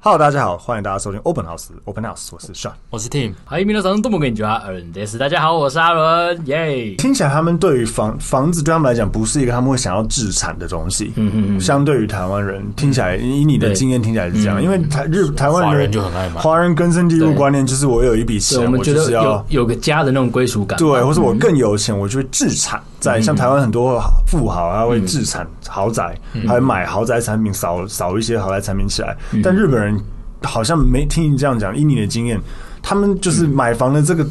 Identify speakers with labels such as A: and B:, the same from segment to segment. A: Hello，大家好，欢迎大家收听 Open House Open House，我是 Sean。
B: 我是 Tim，嗨，皆さんどうもこんにちは、アルンです。大家好，我是阿伦，耶、
A: 听起来他们对于房房子对他们来讲不是一个他们会想要自产的东西。嗯嗯嗯。相对于台湾人，听起来以你的
B: 嗯对
A: 经验听起来是这样，
B: 嗯
A: 因为台日台湾
B: 华
A: 人
B: 人就很爱买
A: 华人根深蒂固
B: 对
A: 观念就是我有一笔
B: 对，
A: 钱，
B: 我们觉
A: 就
B: 得
A: 是要
B: 有嗯有个家的那种归属感。
A: 对，或是我更有钱，我就会自产。在
B: 嗯
A: 像台湾很多富豪啊，会自产豪宅，
B: 嗯
A: 还会买豪宅产品，扫扫一些豪宅产品起来。但日本人好像没听你这样讲，以你的经验，他们就是
B: 嗯
A: 买房的这个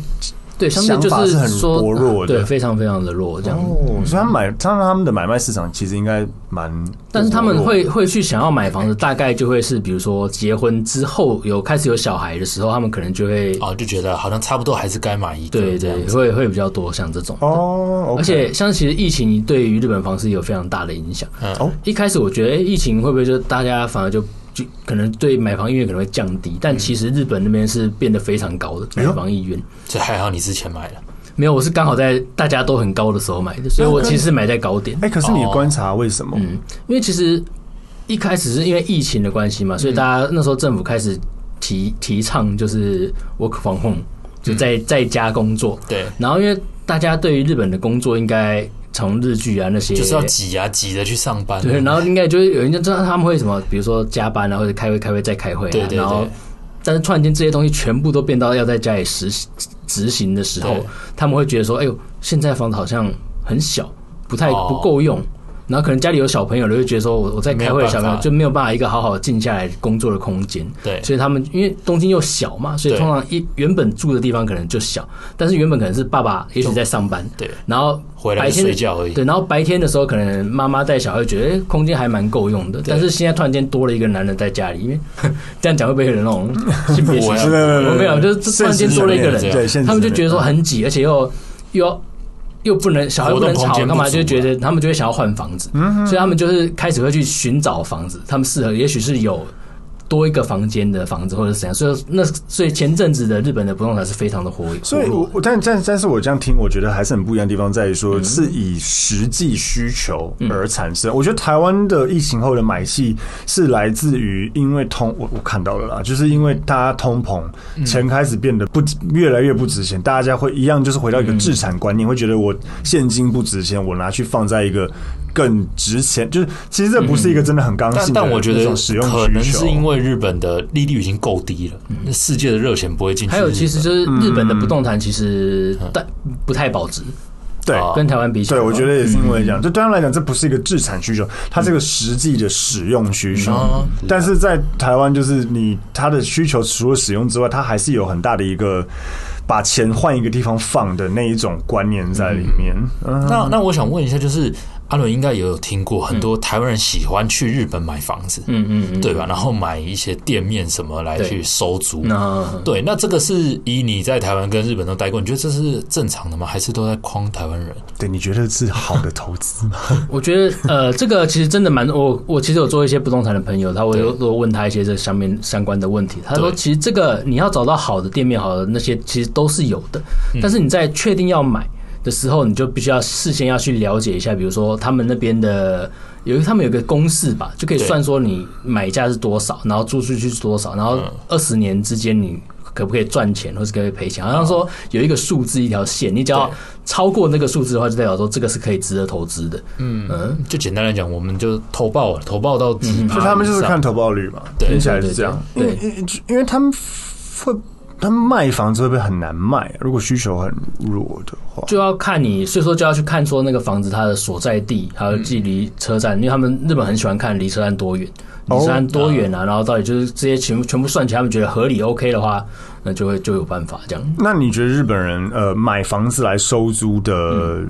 B: 对，相
A: 想
B: 对
A: 法
B: 就是
A: 很
B: 说
A: 薄弱的
B: 对，非常非常的弱这样。
A: 哦，所以他们买，他们他们的买卖市场其实应该蛮，
B: 但是他们会会去想要买房子，大概就会是比如说结婚之后有开始有小孩的时候，他们可能就会、
C: 哦，就觉得好像差不多还是该买一个
B: 对
C: 这样
B: 对
C: 子。
B: 会会比较多像这种。
A: 哦，
B: 而且像其实疫情对于日本房市有非常大的影响。
C: 嗯
A: 哦
B: 一开始我觉得，哎、疫情会不会就大家反而就就可能对买房意愿可能会降低，但
C: 嗯
B: 其实日本那边是变得非常高的
A: 哎
B: 买
A: 呦
B: 房意愿。
C: 这还好你之前买了，
B: 没有，我是刚好在大家都很高的时候
A: 啊
B: 买的，所以我其实买在高点。
A: 哎，可是你观察为什
B: 哦
A: 么？
B: 因为其实一开始是因为疫情的关系嘛，所以大家那时候政府开始提提倡就是 work from home，就在、
C: 嗯
B: 在家工作。
C: 对
B: 然后因为大家对于日本的工作应该从日剧啊那些
C: 就是要挤啊挤着去上班啊。
B: 对，然后应该就是有人就知道他们会什么，比如说加班啊，或者开会、开会再开会、啊，
C: 对对对
B: 然后，但是突然间这些东西全部都变到要在家里实执行的时候
C: 对，
B: 他们会觉得说，哎呦，现在房子好像很小，不太
C: 哦
B: 不够用。然后可能家里有小朋友的，就会觉得说我我在开
C: 没
B: 会，
C: 有办
B: 小
C: 法
B: 朋友就没有办法一个好好静下来工作的空间。
C: 对
B: 所以他们因为东京又小嘛，所以
C: 对
B: 通常一原本住的地方可能就小，但是原本可能是爸爸也许在上班，
C: 对
B: 然后
C: 回来就
B: 白天
C: 睡觉而已
B: 对，然后白天的时候可能妈妈带小孩觉得、诶空间还蛮够用的，但是现在突然间多了一个男人在家里，因为 这样讲会不会有人那种性别歧视？
A: 没有没有没有
B: 我没有，就是突然间多了一个
A: 呃现实层面对现实
B: 人，他们就
A: 层面
B: 觉得说很挤，而且又又要又不能小孩不能
C: 活动
B: 吵
C: 空间
B: 干嘛，
C: 不足
B: 就
C: 啊
B: 会觉得他们就会想要换房子，所以他们就是开始会去寻找房子，他们适合也许是有。多一个房间的房子或者是怎样，所以那所以前阵子的日本的不动产是非常的活跃，
A: 所以
B: 活络
A: 我，我但但但是我这样听，我觉得还是很不一样的地方在于
C: 嗯
A: 说，是以实际需求而产生。我觉得台湾的疫情后的买气是来自于，因为通我我看到了啦，就是因为大家通膨，
C: 嗯
A: 钱开始变得不越来越不值钱，大家会一样就是回到一个
C: 嗯
A: 资产观念，会觉得我现金不值钱，我拿去放在一个更值钱，就是其实这不是一个真的很刚
C: 嗯但
A: 性的
C: 但我觉
A: 一
C: 得
A: 种使用需求，
C: 可能是因为日本的利率已经够低了，那世界的热钱不会进去
B: 嗯还
C: 日本。
B: 有，其实就是日本的不动产其实但不太保值，
A: 对。
C: 啊
B: 跟台湾比起
A: 嗯对，
B: 来的话，
A: 我觉得也是因为这样。就对他们来讲，这不是一个制产需求，它是一个实际的使用需求。
C: 嗯
A: 但是在台湾，就是你它的需求除了使用之外，它还是有很大的一个把钱换一个地方放的那一种观念在里面。嗯，
C: 那那我想问一下，就是阿伦应该也有听过很多台湾人喜欢去日本买房子，
B: 嗯嗯嗯，
C: 对吧？然后买一些店面什么来
B: 对
C: 去收租。
B: 那
C: 对，那这个是以你在台湾跟日本都待过，你觉得这是正常的吗？还是都在框台湾人？
A: 对，你觉得是好的投资吗？
B: 我觉得呃，这个其实真的蛮我我其实有做一些不动产的朋友，他我有我有问他一些这上面相关的问题，他说
C: 对
B: 其实这个你要找到好的店面，好的那些其实都是有的，
C: 嗯
B: 但是你在确定要买的时候，你就必须要事先要去了解一下，比如说他们那边的。有一个他们有个公式吧，就可以
C: 对嗯
B: 算说你买价是多少，然后租出去是多少，然后二十年之间你可不可以赚钱，或是可不可以赔钱，好像说有一个数字一条线，你只要
C: 哦对
B: 超过那个数字的话，就代表说这个是可以值得投资的。
C: 嗯，就简单来讲，我们就投报了，投报到几
B: 嗯
C: 趴
A: 就他们就是
C: 以上
A: 看投报率嘛，
C: 对
A: 听起来是这样。因
B: 对对
A: 为
B: 对
A: 因为因为他们会，他们卖房子会不会很难卖？如果需求很弱的话，
B: 就要看你，所以说就要去看说那个房子它的所在地，还有距离车站，因为他们日本很喜欢看离车站多远，离车站多远啊，然后到底就是这些全部全部算起来，他们觉得合理 OK 的话，那就会就有办法这样。
A: 那你觉得日本人呃买房子来收租的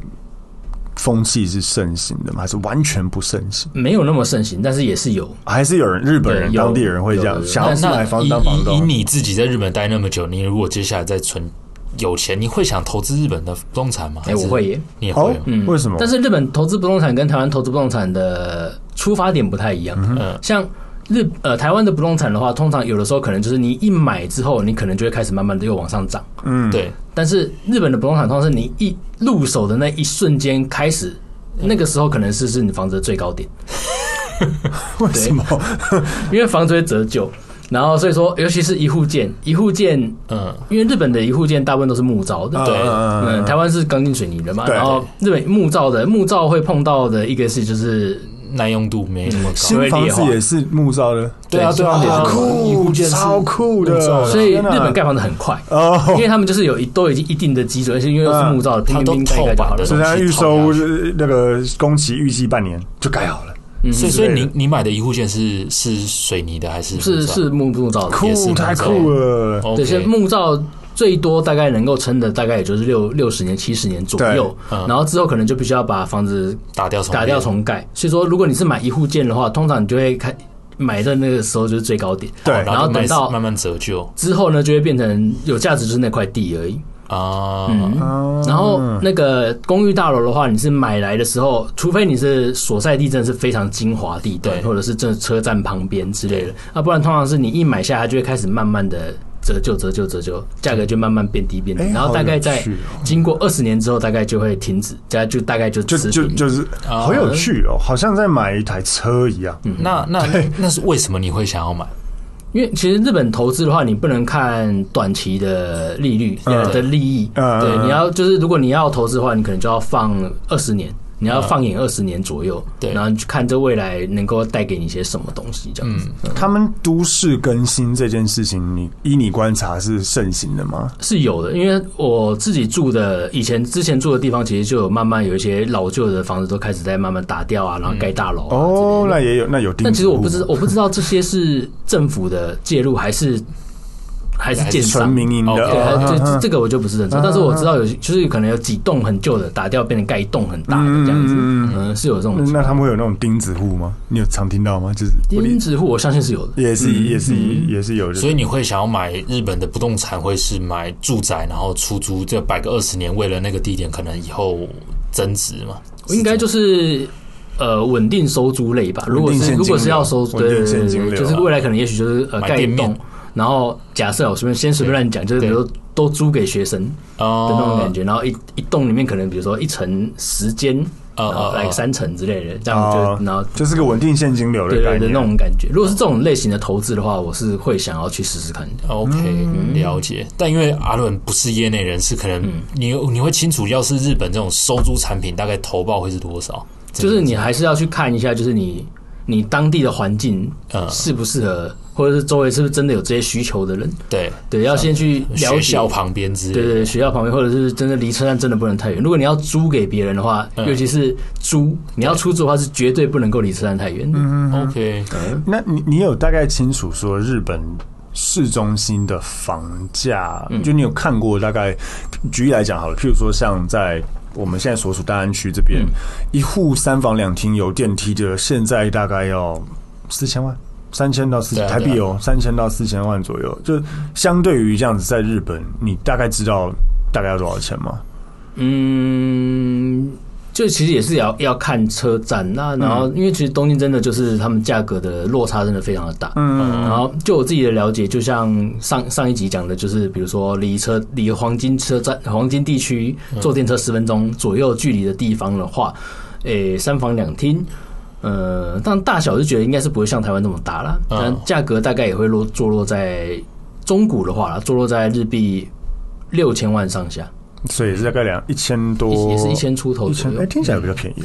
A: 风气是盛行的吗？还是完全不盛行？
B: 没有那么盛行，但是也是有，
A: 还是有人日本人
B: 对有
A: 当地人会这
B: 有
A: 样
B: 有有
A: 想要
C: 那
A: 买房
C: 以
A: 子当房
C: 以以
A: 东？
C: 你自己在日本待那么久，你如果接下来再存有钱，你会想投资日本的不动产吗？
B: 哎、
C: 还是
B: 我会，耶。
C: 你也会
A: 哦
C: 哦。，
B: 嗯
A: 为什么？
B: 但是日本投资不动产跟台湾投资不动产的出发点不太一样，
C: 嗯
B: 像。日呃，台湾的不动产的话，通常有的时候可能就是你一买之后，你可能就会开始慢慢的又往上涨。
A: 嗯，
C: 对，
B: 但是日本的不动产通常是你一入手的那一瞬间开始，那个时候可能是是你房子的最高点，
A: 为什么？
B: 因为房子会折旧，然后所以说，尤其是一户建，一户建，
C: 嗯，
B: 因为日本的一户建大部分都是木造的，
A: 嗯
C: 对
A: 嗯
B: 嗯，台湾是钢筋水泥的嘛，
A: 对
B: 然后日本木造的，木造会碰到的一个是就是
C: 耐用度没那么
B: 嗯
C: 高。
A: 新房子
B: 会裂化
A: 也是木造的，
C: 对啊，对啊，对啊
A: 好
C: 一户
A: 酷，
C: 建是
A: 超酷的
C: 木造。的
B: 所以
A: 天哪
B: 日本盖房子很快，
A: 哦，
B: 因为他们就是有一都已经一定的基准，而且因为又是木造的，
C: 嗯
B: 拼命
C: 它都
B: 盖盖就
C: 透
B: 好
C: 板
B: 了
C: 的。
A: 所以他预售
C: 东
A: 屋
C: 西
A: 呃那个工期预计半年就盖好了，
B: 嗯
C: 所以，
A: 之
C: 所
A: 类
C: 以
A: 的
C: 你你买的一户建是是水泥的还是
B: 是是木木造的，
C: 也是
A: 酷
C: 木造
A: 太酷了。
C: o
B: 对，现在木造最多大概能够撑的大概也就是六六十年、七十年左右，
C: 对嗯
B: 然后之后可能就必须要把房子
C: 打掉重
B: 打掉重盖。所以说，如果你是买一户建的话，通常你就会开买的那个时候就是最高点，
A: 对
C: 练，
B: 然
C: 然
B: 后
C: 后就
B: 等
C: 慢
B: 到
C: 慢慢折旧
B: 之后呢就会变成有价值就是那块地而已。
C: 啊，
B: 嗯
A: 哦
B: 然后那个公寓大楼的话，你是买来的时候，除非你是所在地真的是非常精华地段，
C: 对
B: 或者是这车站旁边之类的，啊，不然通常是你一买下，它就会开始慢慢的折旧、折旧、折旧，价格就慢慢变低变低
A: 哎，
B: 然后
A: 好
B: 大概
A: 有
B: 在
A: 趣哦
B: 经过二十年之后，大概就会停止，大家就大概就
A: 就
B: 持
A: 就
B: 平
A: 就是好有趣哦，好像在买一台车一样。
C: 那那 那是为什么你会想要买？
B: 因为其实日本投资的话，你不能看短期的利率、
A: 嗯
B: 呃的利益，
A: 嗯
B: 对，你要就是如果你要投资的话，你可能就要放二十年，你要放眼二十年左右，
C: 对
B: 然后你去看这未来能够带给你一些什么东西，这样子、
A: 他们都市更新这件事情，你依你观察是盛行的吗？
B: 是有的。因为我自己住的以前之前住的地方，其实就有慢慢有一些老旧的房子都开始在慢慢打掉啊，然后盖大楼、啊
A: 哦，那也有那有定。
B: 但其实我不知 我不知道这些是政府的介入还是还是建
A: 纯
B: 商。
A: 民营的，
C: 哦
B: 对，
A: 哦
B: 还这
A: 嗯
B: 这
A: 嗯
B: 这个我就不是很熟，但是我知道有就是可能有几栋很旧的打掉，变成盖一栋很大的这样子，
A: 嗯嗯嗯
B: 嗯，是有这种
A: 那那他们会有那种钉子户吗？你有常听到吗？就是我
B: 钉子户，我相信是有的。
A: 也是也是也是有，
C: 所以你会想要买日本的不动产，会是买住宅，然后出租，就摆个二十年，为了那个地点可能以后增值嘛？
B: 应该就是呃稳定收租类吧。如果
A: 稳定
B: 是
A: 现金
B: 如果是要收，
A: 流
B: 对对
A: 稳定现
B: 对
A: 金流
B: 对，
A: 啊
B: 就是未来可能也许就是呃
C: 买
B: 盖一
C: 店面
B: 栋，然后假设我随便先随便乱讲，就是比
C: 对
B: 如说都租给学生的
C: 哦
B: 那种感觉，然后一一栋里面可能比如说一层十间，然后
C: 哦哦
B: 来
C: 哦
B: 三层之类的，这样
A: 哦
B: 就然后
A: 就是个稳定现金流的
B: 对
A: 概
B: 对对
A: 念啊
B: 那。种感觉。如果是这种类型的投资的话，我是会想要去试试看的。
C: OK，、了
B: 嗯
C: 解。但因为阿伦不是业内人士，可能你、你会清楚，要是日本这种收租产品，大概投报会是多少？
B: 就是你还是要去看一下，就是你你当地的环境
C: 嗯
B: 适不适合，或者是周围是不是真的有这些需求的人。
C: 对
B: 对，要先去了
C: 啊学
B: 解。
C: 校旁边之类
B: 对
C: 的，
B: 对对，学校旁边或者是真的离车站真的不能太远。如果你要租给别人的话，
C: 嗯
B: 尤其是租，你要出租的话是绝对不能够离车站太远
C: 嗯
B: 的。
C: OK，
A: 那你你有大概清楚说日本市中心的房价，
C: 嗯
A: 就你有看过大概？举例来讲好了，譬如说像在我们现在所属大安区这边，
C: 嗯
A: 一户三房两厅有电梯的，现在大概要四千万。三千到四千
C: 对啊
A: 台币
C: 对
A: 哦，三千到四千万左右，就相对于这样子，在日本，你大概知道大概要多少钱吗？
B: 嗯，就其实也是要要看车站，那然后、因为其实东京真的就是他们价格的落差真的非常的大，嗯，然后就我自己的了解，就像上上一集讲的，就是比如说离车离黄金车站黄金地区坐电车十分钟左右距离的地方的话，诶、三房两厅。呃，但大小就觉得应该是不会像台湾这么大啦，但价格大概也会落坐落在中古的话啦，坐落在日币六千万上下，
A: 所以是大概两一千多，
B: 也也是一千出头
A: 哦一
B: 左
A: 千，哎、
B: 右。
A: 听起来比较便宜。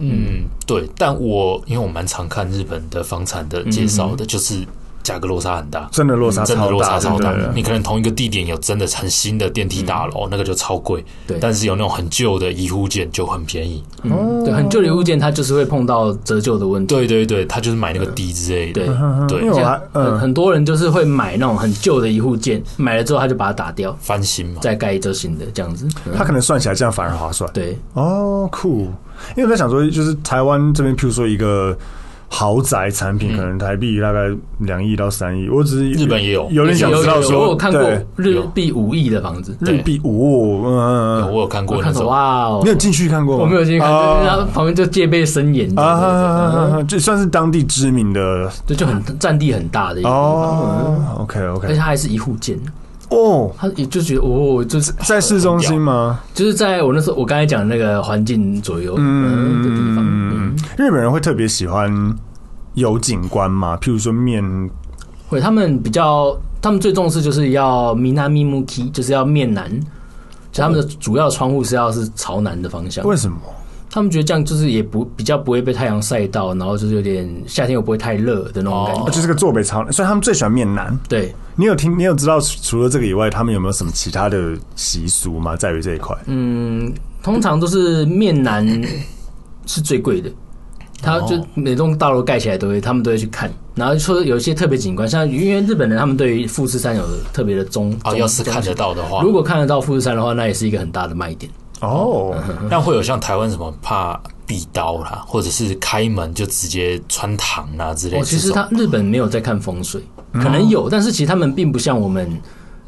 C: 嗯，对，但我因为我蛮常看日本的房产
B: 嗯
C: 的介绍的，就是价格落差很大，
A: 真的落差
C: 嗯真的
A: 超
C: 落差
A: 大，
C: 超大
A: 真的。。
C: 你可能同一个地点有真的很新的电梯大楼，那个就超贵，
B: 对
A: 哦
C: 但是有那种很旧的遗物件就很便宜。
B: 嗯，对，很旧的物件它就是会碰到折旧的问题。
A: 哦
C: 对对对，他就是买那个低之类的。
B: 对，
A: 因为
C: 对，
A: 我还
B: 像很
A: 嗯，
B: 很多人就是会买那种很旧的一户建，买了之后他就把它打掉，
C: 翻新嘛。
B: 再盖一座新的这样子。嗯
A: 他可能算起来这样反而划算。
B: 对，
A: 哦，酷！因为我在想说，就是台湾这边，譬如说一个豪宅产品，可能台币大概两亿到三亿，我只是
C: 日本也有
A: 有点想知道
B: 有有我
A: 说，
B: 有看过
A: 对
B: 日
C: 有
B: 币五亿的房子，
A: 日币五，
C: 有
A: 嗯，
C: 我有看过
B: 我
C: 那
B: 看到
C: 种，
B: 哇哦
A: 你，有进去看过吗？
B: 我没有进去看，
A: 哦
B: 就是它旁边就戒备森严的，对对对嗯
A: 啊，这算是当地知名的
B: 对，就很占地很大的一个地方，
A: 哦。OK
B: 而且
A: OK，
B: 它还是一户建，
A: 哦，
B: 它也就觉得哦，就是
A: 在市中心吗？
B: 就是在我那时候我刚才讲的那个环境左右嗯的地方，嗯
A: 嗯，日本人会特别喜欢有景观嘛，譬如说面
B: 会他们比较，他们最重视就是要南 i n a m i m u k i 就是要面南。就他们的主要窗户是要是朝南的方向，
A: 为什么？
B: 他们觉得这样就是也不比较不会被太阳晒到，然后就是有点夏天又不会太热的那种感
A: 哦
B: 觉。
A: 就是个坐北朝南，所以他们最喜欢面南。
B: 对，
A: 你有听？你有知道除除了这个以外，他们有没有什么其他的习俗吗？在于这一块，
B: 嗯，通常都是面南 是最贵的，他就每栋大楼盖起来都会，他们都会去看，然后说有一些特别景观，像因为日本人他们对于富士山有特别的钟
C: 啊，
B: 钟
C: 要是看
B: 钟
C: 得到的话
B: 如，果看得到富士山的话，那也是一个很大的卖点。
A: 哦，
C: 但会有像台湾什么怕壁刀啦，或者是开门就直接穿堂啊之类
B: 哦，
C: 的
B: 其
C: 这种。
B: 实他日本没有在看风水，可能有，但是其实他们并不像我们
C: 嗯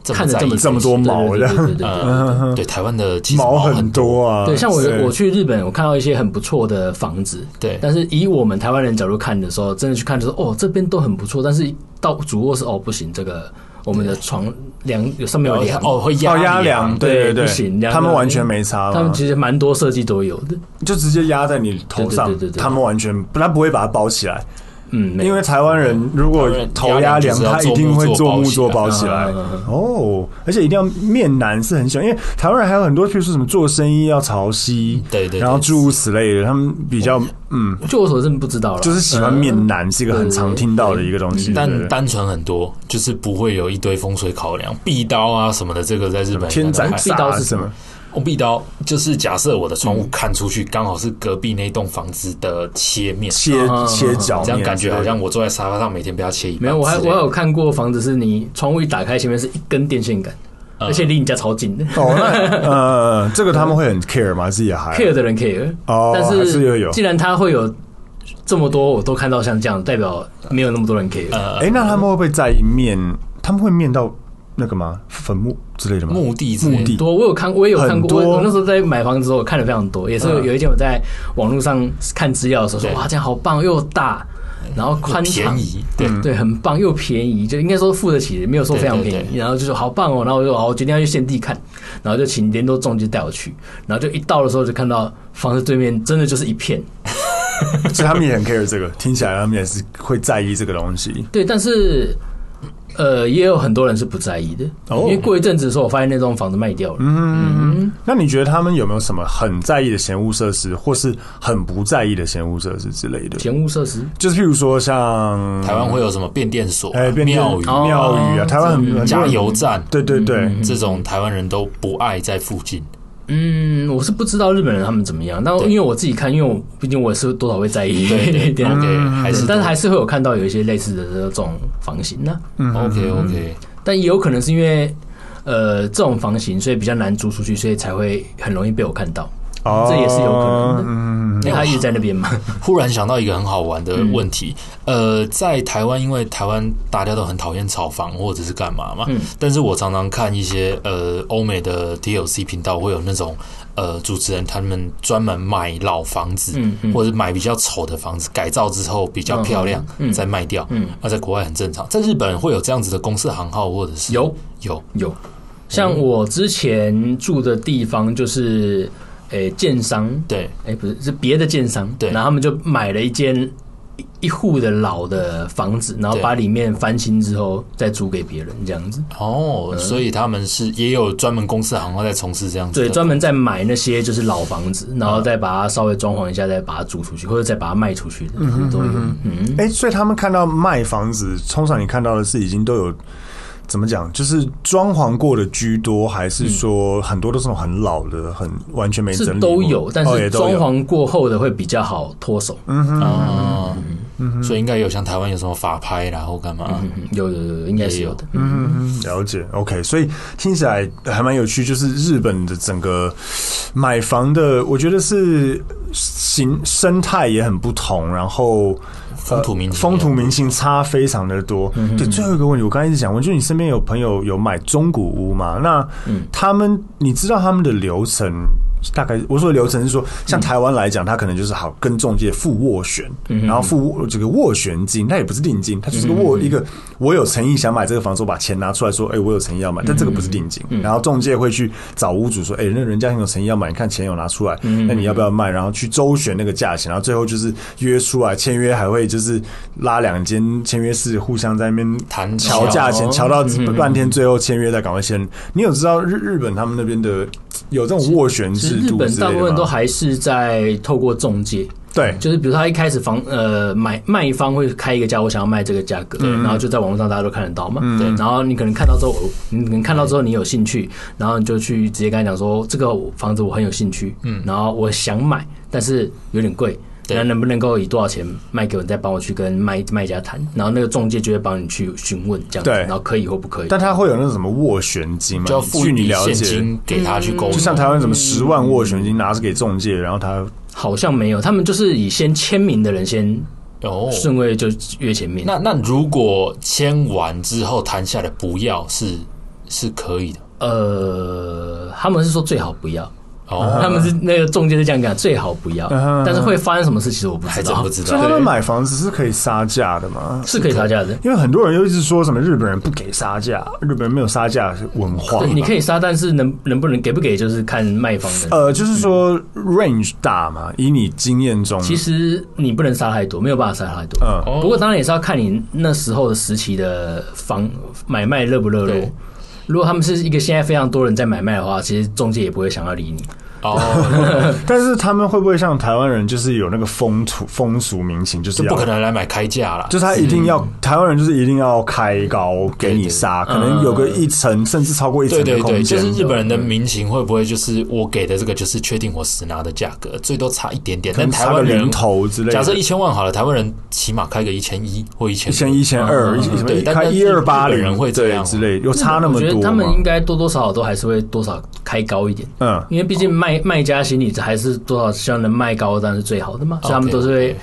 C: 这么
B: 看的
C: 在
B: 这
C: 意
B: 么
C: 这
A: 么多毛
B: 对对对对对对对
C: 呃，对台湾的其实
A: 毛
C: 很
A: 很多啊。
B: 对，像我
A: 对
B: 我去日本，我看到一些很不错的房子，
C: 对
B: 但是以我们台湾人角度看的时候，真的去看就是哦，这边都很不错，但是一到主卧室哦不行，这个我们的床梁有上面有梁，
C: 哦，会
A: 哦
C: 压
A: 压梁，对
B: 啊对
A: 对
B: 不行
A: 对，
B: 两个
A: 他们完全没差嘛，
B: 他们其实蛮多设计都有的，
A: 就直接压在你头上
B: 对对对对，对
A: 他们完全他不会把它包起来，
B: 嗯，没有
A: 因为台湾人如果头压梁，
C: 台湾人就是要
A: 他一定会做木做包起来
B: 嗯嗯嗯
A: 哦，而且一定要面南是很喜欢，因为台湾人还有很多，譬如说什么做生意要潮汐，
C: 对对对
A: 然后诸如此类的，他们比较嗯，
B: 就我所知不知道了，
A: 就是喜欢面南是一个很常听到的一个东西，对
C: 但
A: 对对
C: 单纯很多，就是不会有一堆风水考量，壁刀啊什么的，这个在日本
A: 天斩
C: 壁
B: 刀
A: 煞
B: 是
A: 什
B: 什么
A: 么，
C: 哦，壁刀就是假设我的窗
A: 嗯
C: 户看出去，刚好是隔壁那栋房子的切面，
A: 切切角面之类的，
C: 嗯这样感觉好像我坐在沙发上，每天被它切一半
B: 没
C: 之类
B: 有，
C: 的。
B: 我还我还有看过房子是你窗户一打开，前面是一根电线杆，
C: 嗯
B: 而且离你家超近的。
A: 哦，那呃， 这个他们会很 care 吗？自己也还
B: care 的人 care，
A: 哦
B: 但
A: 还是又
B: 是
A: 有
B: 既然他会有这么多，我都看到像这样，代表没有那么多人 care。
C: 呃
A: 哎，那他们会不会在意面？他们会面到那个吗？坟墓之类的吗？
C: 墓地之类的
A: 墓地
B: 多，我有看，我也有看
A: 很
B: 过。
A: 多
B: 我我那时候在买房子的时候，我看的非常多，也是有有一天我在网络上看资料的时候说，
C: 嗯对
B: 哇，这样好棒，又大，然后宽敞
C: 便，宜，
A: 嗯
C: 对，
B: 对，很棒，又便宜，就应该说付得起，没有说非常
C: 对对
B: 便
C: 对
B: 宜。然后就说好棒哦，然后我就好，我决定要去现地看，然后就请联络中介带我去，然后就一到的时候就看到房子对面真的就是一片，
A: 所以他们也很 care 这个，听起来他们也是会在意这个东西。
B: 对，但是呃，也有很多人是不在意的，
A: 哦
B: 因为过一阵子的时候，我发现那栋房子卖掉了。
C: 嗯
A: 那你觉得他们有没有什么很在意的嫌恶设施，或是很不在意的嫌恶设施之类的？
B: 嫌恶设施，
A: 就是譬如说像
C: 台湾会有什么变电所、啊
A: 哎变电
C: 庙宇、
B: 哦
A: 庙宇啊，台湾很很
C: 加
A: 多人
C: 油站，嗯
A: 对对嗯对，
C: 这种台湾人都不爱在附近。
B: 嗯，我是不知道日本人他们怎么样，但
C: 对
B: 因为我自己看，因为我毕竟我也是多少会在意
C: 对 对嗯
B: 一点，
A: 嗯
C: OK，还是
B: 但是还是会有看到有一些类似的这种房型呢、
A: 嗯
C: OK OK，
B: 但也有可能是因为呃这种房型，所以比较难租出去，所以才会很容易被我看到，
A: 哦
B: 这也是有可能的，
A: 嗯，
B: 因为他一直在那边 嘛。
C: 忽然想到一个很好玩的
B: 嗯
C: 问题，呃，在台湾，因为台湾大家都很讨厌炒房或者是干嘛
B: 嗯
C: 嘛，但是我常常看一些呃欧美的 DLC 频道会有那种呃主持人他们专门卖老房子，
B: 嗯嗯
C: 或者买比较丑的房子改造之后比较漂亮、再卖掉，嗯，那、在国外很正常，在日本会有这样子的公司行号或者是
B: 有
C: 有
B: 有，
C: 嗯
B: 像我之前住的地方就是，诶、建商，
C: 对
B: 哎诶、不是是别的建商，
C: 对
B: 然后他们就买了一间一一户的老的房子，然后
C: 对
B: 把里面翻新之后再租给别人这样子。嗯
C: 哦，所以他们是也有专门公司行号在从事这样子的，
B: 对，专门在买那些就是老房子，
A: 嗯
B: 然后再把它稍微装潢一下，再把它租出去，或者再把它卖出去的都有。嗯，
A: 哎、所以他们看到卖房子，通常你看到的是已经都有怎么讲，就是装潢过的居多，还是说很多都是那种很老的、很完全没整理过
B: 是都有，但
A: 哦
B: 是
A: 也都
B: 装
A: 有嗯
B: 潢过后的会比较好脱手。
C: 啊，所以应该有像台湾有什么法拍啦或干嘛，
B: 嗯有有有，应该是有的。嗯
A: 嗯了解，OK，所以听起来还蛮有趣，就是日本的整个买房的，我觉得是形生态也很不同，然后。呃
C: 风土民情
A: 风土民情差非常的多。对，最后一个问题，我刚才一直想问，就是你身边有朋友有买中古屋吗？那他们，你知道他们的流程大概？我说的流程是说，像台湾来讲，他可能就是好跟中介付斡旋，然后付这个斡旋金，那也不是定金，它就是个
B: 嗯
A: 斡一个我有诚意想买这个房子，我把钱拿出来说，哎，我有诚意要买，
B: 嗯
A: 但这个不是定金。然后中介会去找屋主说，哎，那人家很有诚意要买，你看钱有拿出来，
B: 嗯
A: 那你要不要卖？然后去周旋那个价钱，然后最后就是约出来签约，还会就是拉两间签约室互相在那边
C: 谈
A: 瞧
C: 条
A: 价钱，瞧到
B: 嗯
A: 半天，最后签约再赶快签。你有知道日日本他们那边的有这种斡旋
B: 其实
A: 制
B: 日
A: 度之类的吗？
B: 本大部分都还是在透过中介，
A: 对，
B: 就是比如说他一开始房呃买卖方会开一个价，我想要卖这个价格，然后就在网络上大家都看得到嘛，对，然后你可能看到之后，哦你可能看到之后你有兴趣，然后你就去直接跟他讲说这个房子我很有兴趣，嗯，然后我想买，但是有点贵。
C: 对
B: 那能不能够以多少钱卖给我？你再帮我去跟卖卖家谈，然后那个中介就会帮你去询问这样子，
A: 对
B: 然后可以或不可以。
A: 但他会有那种什么斡旋金嘛？
C: 就要付
A: 据
C: 一
A: 你
C: 笔
A: 了
C: 现
A: 解。
C: 金给他去购
A: 嗯就
C: 入，
A: 像台湾什么十万斡旋金拿着给中介，然后他
B: 好像没有，他们就是以先签名的人先
C: 哦。
B: 顺位就越前面。
C: 那那如果签完之后谈下来不要是是可以的
B: 呃，他们是说最好不要，
C: 哦，
B: 他们是那个中介是这样讲，最好不要。但是会发生什么事，其实我不知
C: 还真
B: 道，
C: 不知
A: 所以他
C: 道。
A: 们买房子是可以杀价的嘛？
B: 是可以杀价的。
A: 因为很多人又一直说什么日本人不给杀价，日本人没有杀价文化
B: 对，。你可以杀，但是能能不能给不给，就是看卖方的。
A: 呃，就是说 range 大嘛，以你经验中，
B: 其实你不能杀太多，没有办法杀太多。
A: 嗯
B: 不过当然也是要看你那时候的时期的房买卖热不热络
C: 对。
B: 如果他们是一个现在非常多人在买卖的话，其实中介也不会想要理你。
C: 哦，
A: 但是他们会不会像台湾人，就是有那个风土风俗民情，就是
C: 就
A: 要
C: 不可能来买开价啦。嗯
A: 就是他一定要、台湾人就是一定要开高给你杀，可能有个一层甚至超过一层
C: 嗯对
A: 的
C: 对
A: 空
C: 对，就
A: 间。
C: 是日本人的民情会不会就是我给的这个就是确定我实拿的价格，最多差一点点。但
A: 能
C: 台
A: 差个
C: 湾人
A: 零头之类的
C: 假设一千万好了，台湾人起码开个一千一或一千
A: 一千一千二，一什么
C: 嗯对
A: 一
C: 但
A: 开
C: 但
A: 一二八
C: 日本
A: 零
C: 人会这
A: 对
C: 样啊
A: 之类，又差那
B: 我
A: 么
B: 觉得
A: 多
B: 他们
A: 嘛
B: 应该多多少少都还是会多少开高一点。
A: 嗯，
B: 因为毕竟卖卖家心里还是多少希望能卖高，当然是最好的嘛，
A: 哦
B: 所以他们都是会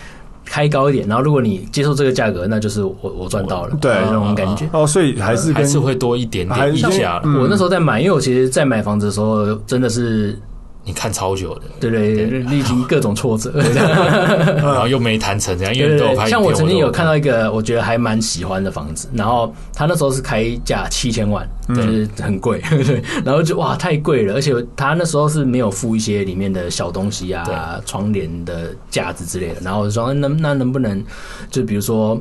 B: 开高一点。然后如果你接受这个价格，那就是我我赚到了，
A: 对
B: 那种感觉。
A: 哦，嗯所以还是
C: 还
A: 跟
C: 是会多一点
A: 还是
C: 点溢价啦。
B: 我那时候在买，因为我其实，在买房子的时候，真的是
C: 你看超久的，
B: 对对对，历经各种挫折。
C: 然后又没谈成这样，因
B: 对
C: 为
B: 对
C: 你都有
B: 对，
C: 拍影片。
B: 像我曾经
C: 都
B: 有看到一个我觉得还蛮喜欢的房子，然后他那时候是开价七千万，
C: 嗯
B: 就是很贵， 对，然后就哇太贵了，而且他那时候是没有付一些里面的小东西
C: 对
B: 啊、窗帘的架子之类的，然后我就说那那能不能就比如说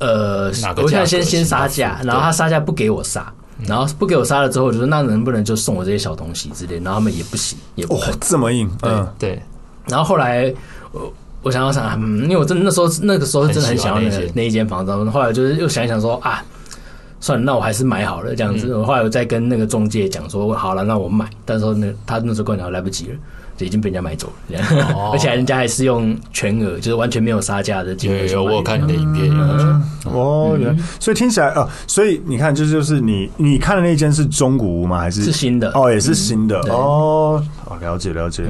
B: 呃
C: 哪，个
B: 我现
C: 价
B: 在
C: 格
B: 先先
C: 先
B: 杀
C: 付
B: 价，
C: 对嗯
B: 然后他杀价不给我杀。然后不给我杀了之后，我就说那能不能就送我这些小东西之类的，然后他们也不行，也不
A: 哦
B: 肯。
A: 这么硬，嗯，
C: 对，
B: 然后后来我我想要想，嗯，因为我真的那时候那个时候真的很想要那
C: 很喜
B: 个
C: 欢那一间
B: 那一间房子，后来就是又想一想说啊，算了，那我还是买好了这样子。
C: 嗯
B: 我后来我再跟那个中介讲说，好了，那我买，但是那他那时候跟我讲来不及了。就已经被人家买走了，这样
C: 哦
B: 而且人家还是用全额，就是完全没有杀价的金
C: 有
B: 额
C: 有
B: 去
C: 有，
B: 买
C: 我有看你的影片，有去
A: 哦，原来，所以听起来啊，所以你看，这就是你你看的那间是中古屋吗？还是
B: 是新的嗯
A: 哦，也是新的哦，哦，了解了解，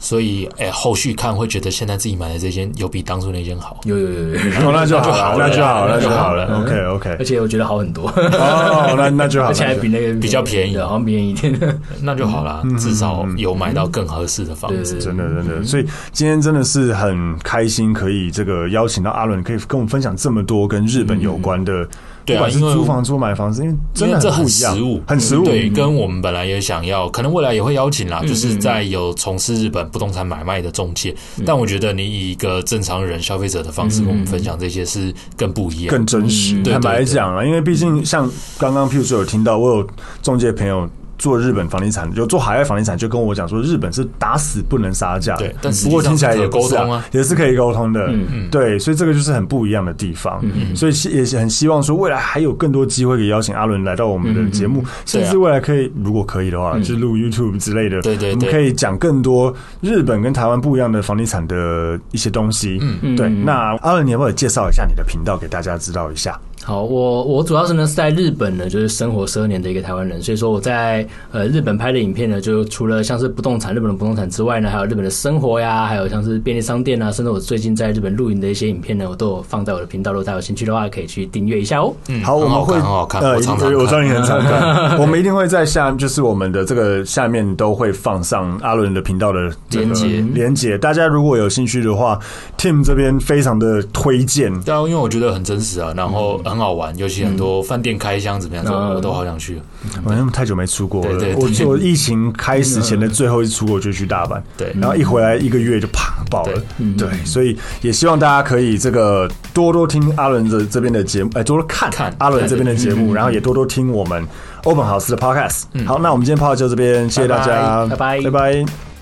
C: 所以哎、后续看会觉得现在自己买的这间有比当初那间好。
B: 有有有有有，
A: 哦，那就好了，
C: 那
A: 那就
C: 就
A: 好
C: 好
A: 了，
C: 了
A: 那就好了
C: 嗯
A: ，OK OK，
B: 而且我觉得好很 多，
A: 哦，那那就好，
B: 而
A: 了。
B: 且还比那个
C: 啊比较便宜
B: 对好像便宜一点。
C: 那就好啦，至少有买到更合适的房子。
A: 真的真的，所以今天真的是很开心，可以这个邀请到阿伦，可以跟我们分享这么多跟日本有关的
C: 对啊
A: 不管是
C: 因为
A: 租房租买房子，因为真
C: 因为
A: 的
C: 这
A: 很
C: 很
A: 不一样，
C: 实务，
A: 很实务。
C: 对，跟我们本来也想要，可能未来也会邀请啦，就是在有从事日本不动产买卖的中介。但我觉得你以一个正常人消费者的方式跟我们分享这些是更不一样。
A: 更真实。
C: 嗯对
A: 坦白
C: 对对嗯
A: 讲啊，因为毕竟像刚刚，譬如说有听到，我有中介朋友做日本房地产，有做海外房地产，就跟我讲说，日本是打死不能杀价的。
C: 对但实
A: 不
C: 际
A: 过
C: 上
A: 听起来
C: 是
A: 也
C: 可
A: 不是
C: 沟通啊
A: 也是可以沟通的。
B: 嗯
C: 嗯
A: 对，所以这个就是很不一样的地方。所以希也是很希望说，未来还有更多机会可以邀请阿伦来到我们的节目，甚至
C: 对啊嗯
A: 未来可以，如果可以的话，就录 YouTube 之类的。
C: 对对
A: 我们
C: 对
A: 可以讲更多日本跟台湾不一样的房地产的一些东西。嗯，对。那阿伦，你要不要介绍一下你的频道给大家知道一下？
B: 好，我我主要是呢是在日本呢，就是生活十二年的一个台湾人，所以说我在呃日本拍的影片呢，就除了像是不动产日本的不动产之外呢，还有日本的生活呀，还有像是便利商店啊，甚至我最近在日本露营的一些影片呢，我都有放在我的频道，如果大家有兴趣的话，可以去订阅一下哦。
C: 嗯
A: 好，我
C: 很
A: 们会
C: 看很好看，
A: 呃，
C: 我常常
A: 对我知道
C: 看。
A: 你很常 看，我们一定会在下，就是我们的这个下面都会放上阿伦的频道的这个
C: 连结
A: 连接。大家如果有兴趣的话，Tim 这边非常的推荐。
C: 对啊，因为我觉得很真实啊，然后很好玩，尤其很多饭店开箱怎么样，
B: 嗯
C: 我都好想去。
A: 反正哦太久没出国了
C: 对，对对
A: 我我疫情开始前的最后一次出国就去大阪，
C: 对
A: 然后一回来一个月就啪爆了
C: 对，
A: 对，所以也希望大家可以这个多多听阿伦的这边的节目，哎，多多看
C: 看嗯
A: 阿伦这边的节目，然后也多多听我们 Open House 的 Podcast。好，那我们今天 Podcast 就这边，谢谢大家，
B: 拜拜拜拜
A: 拜拜。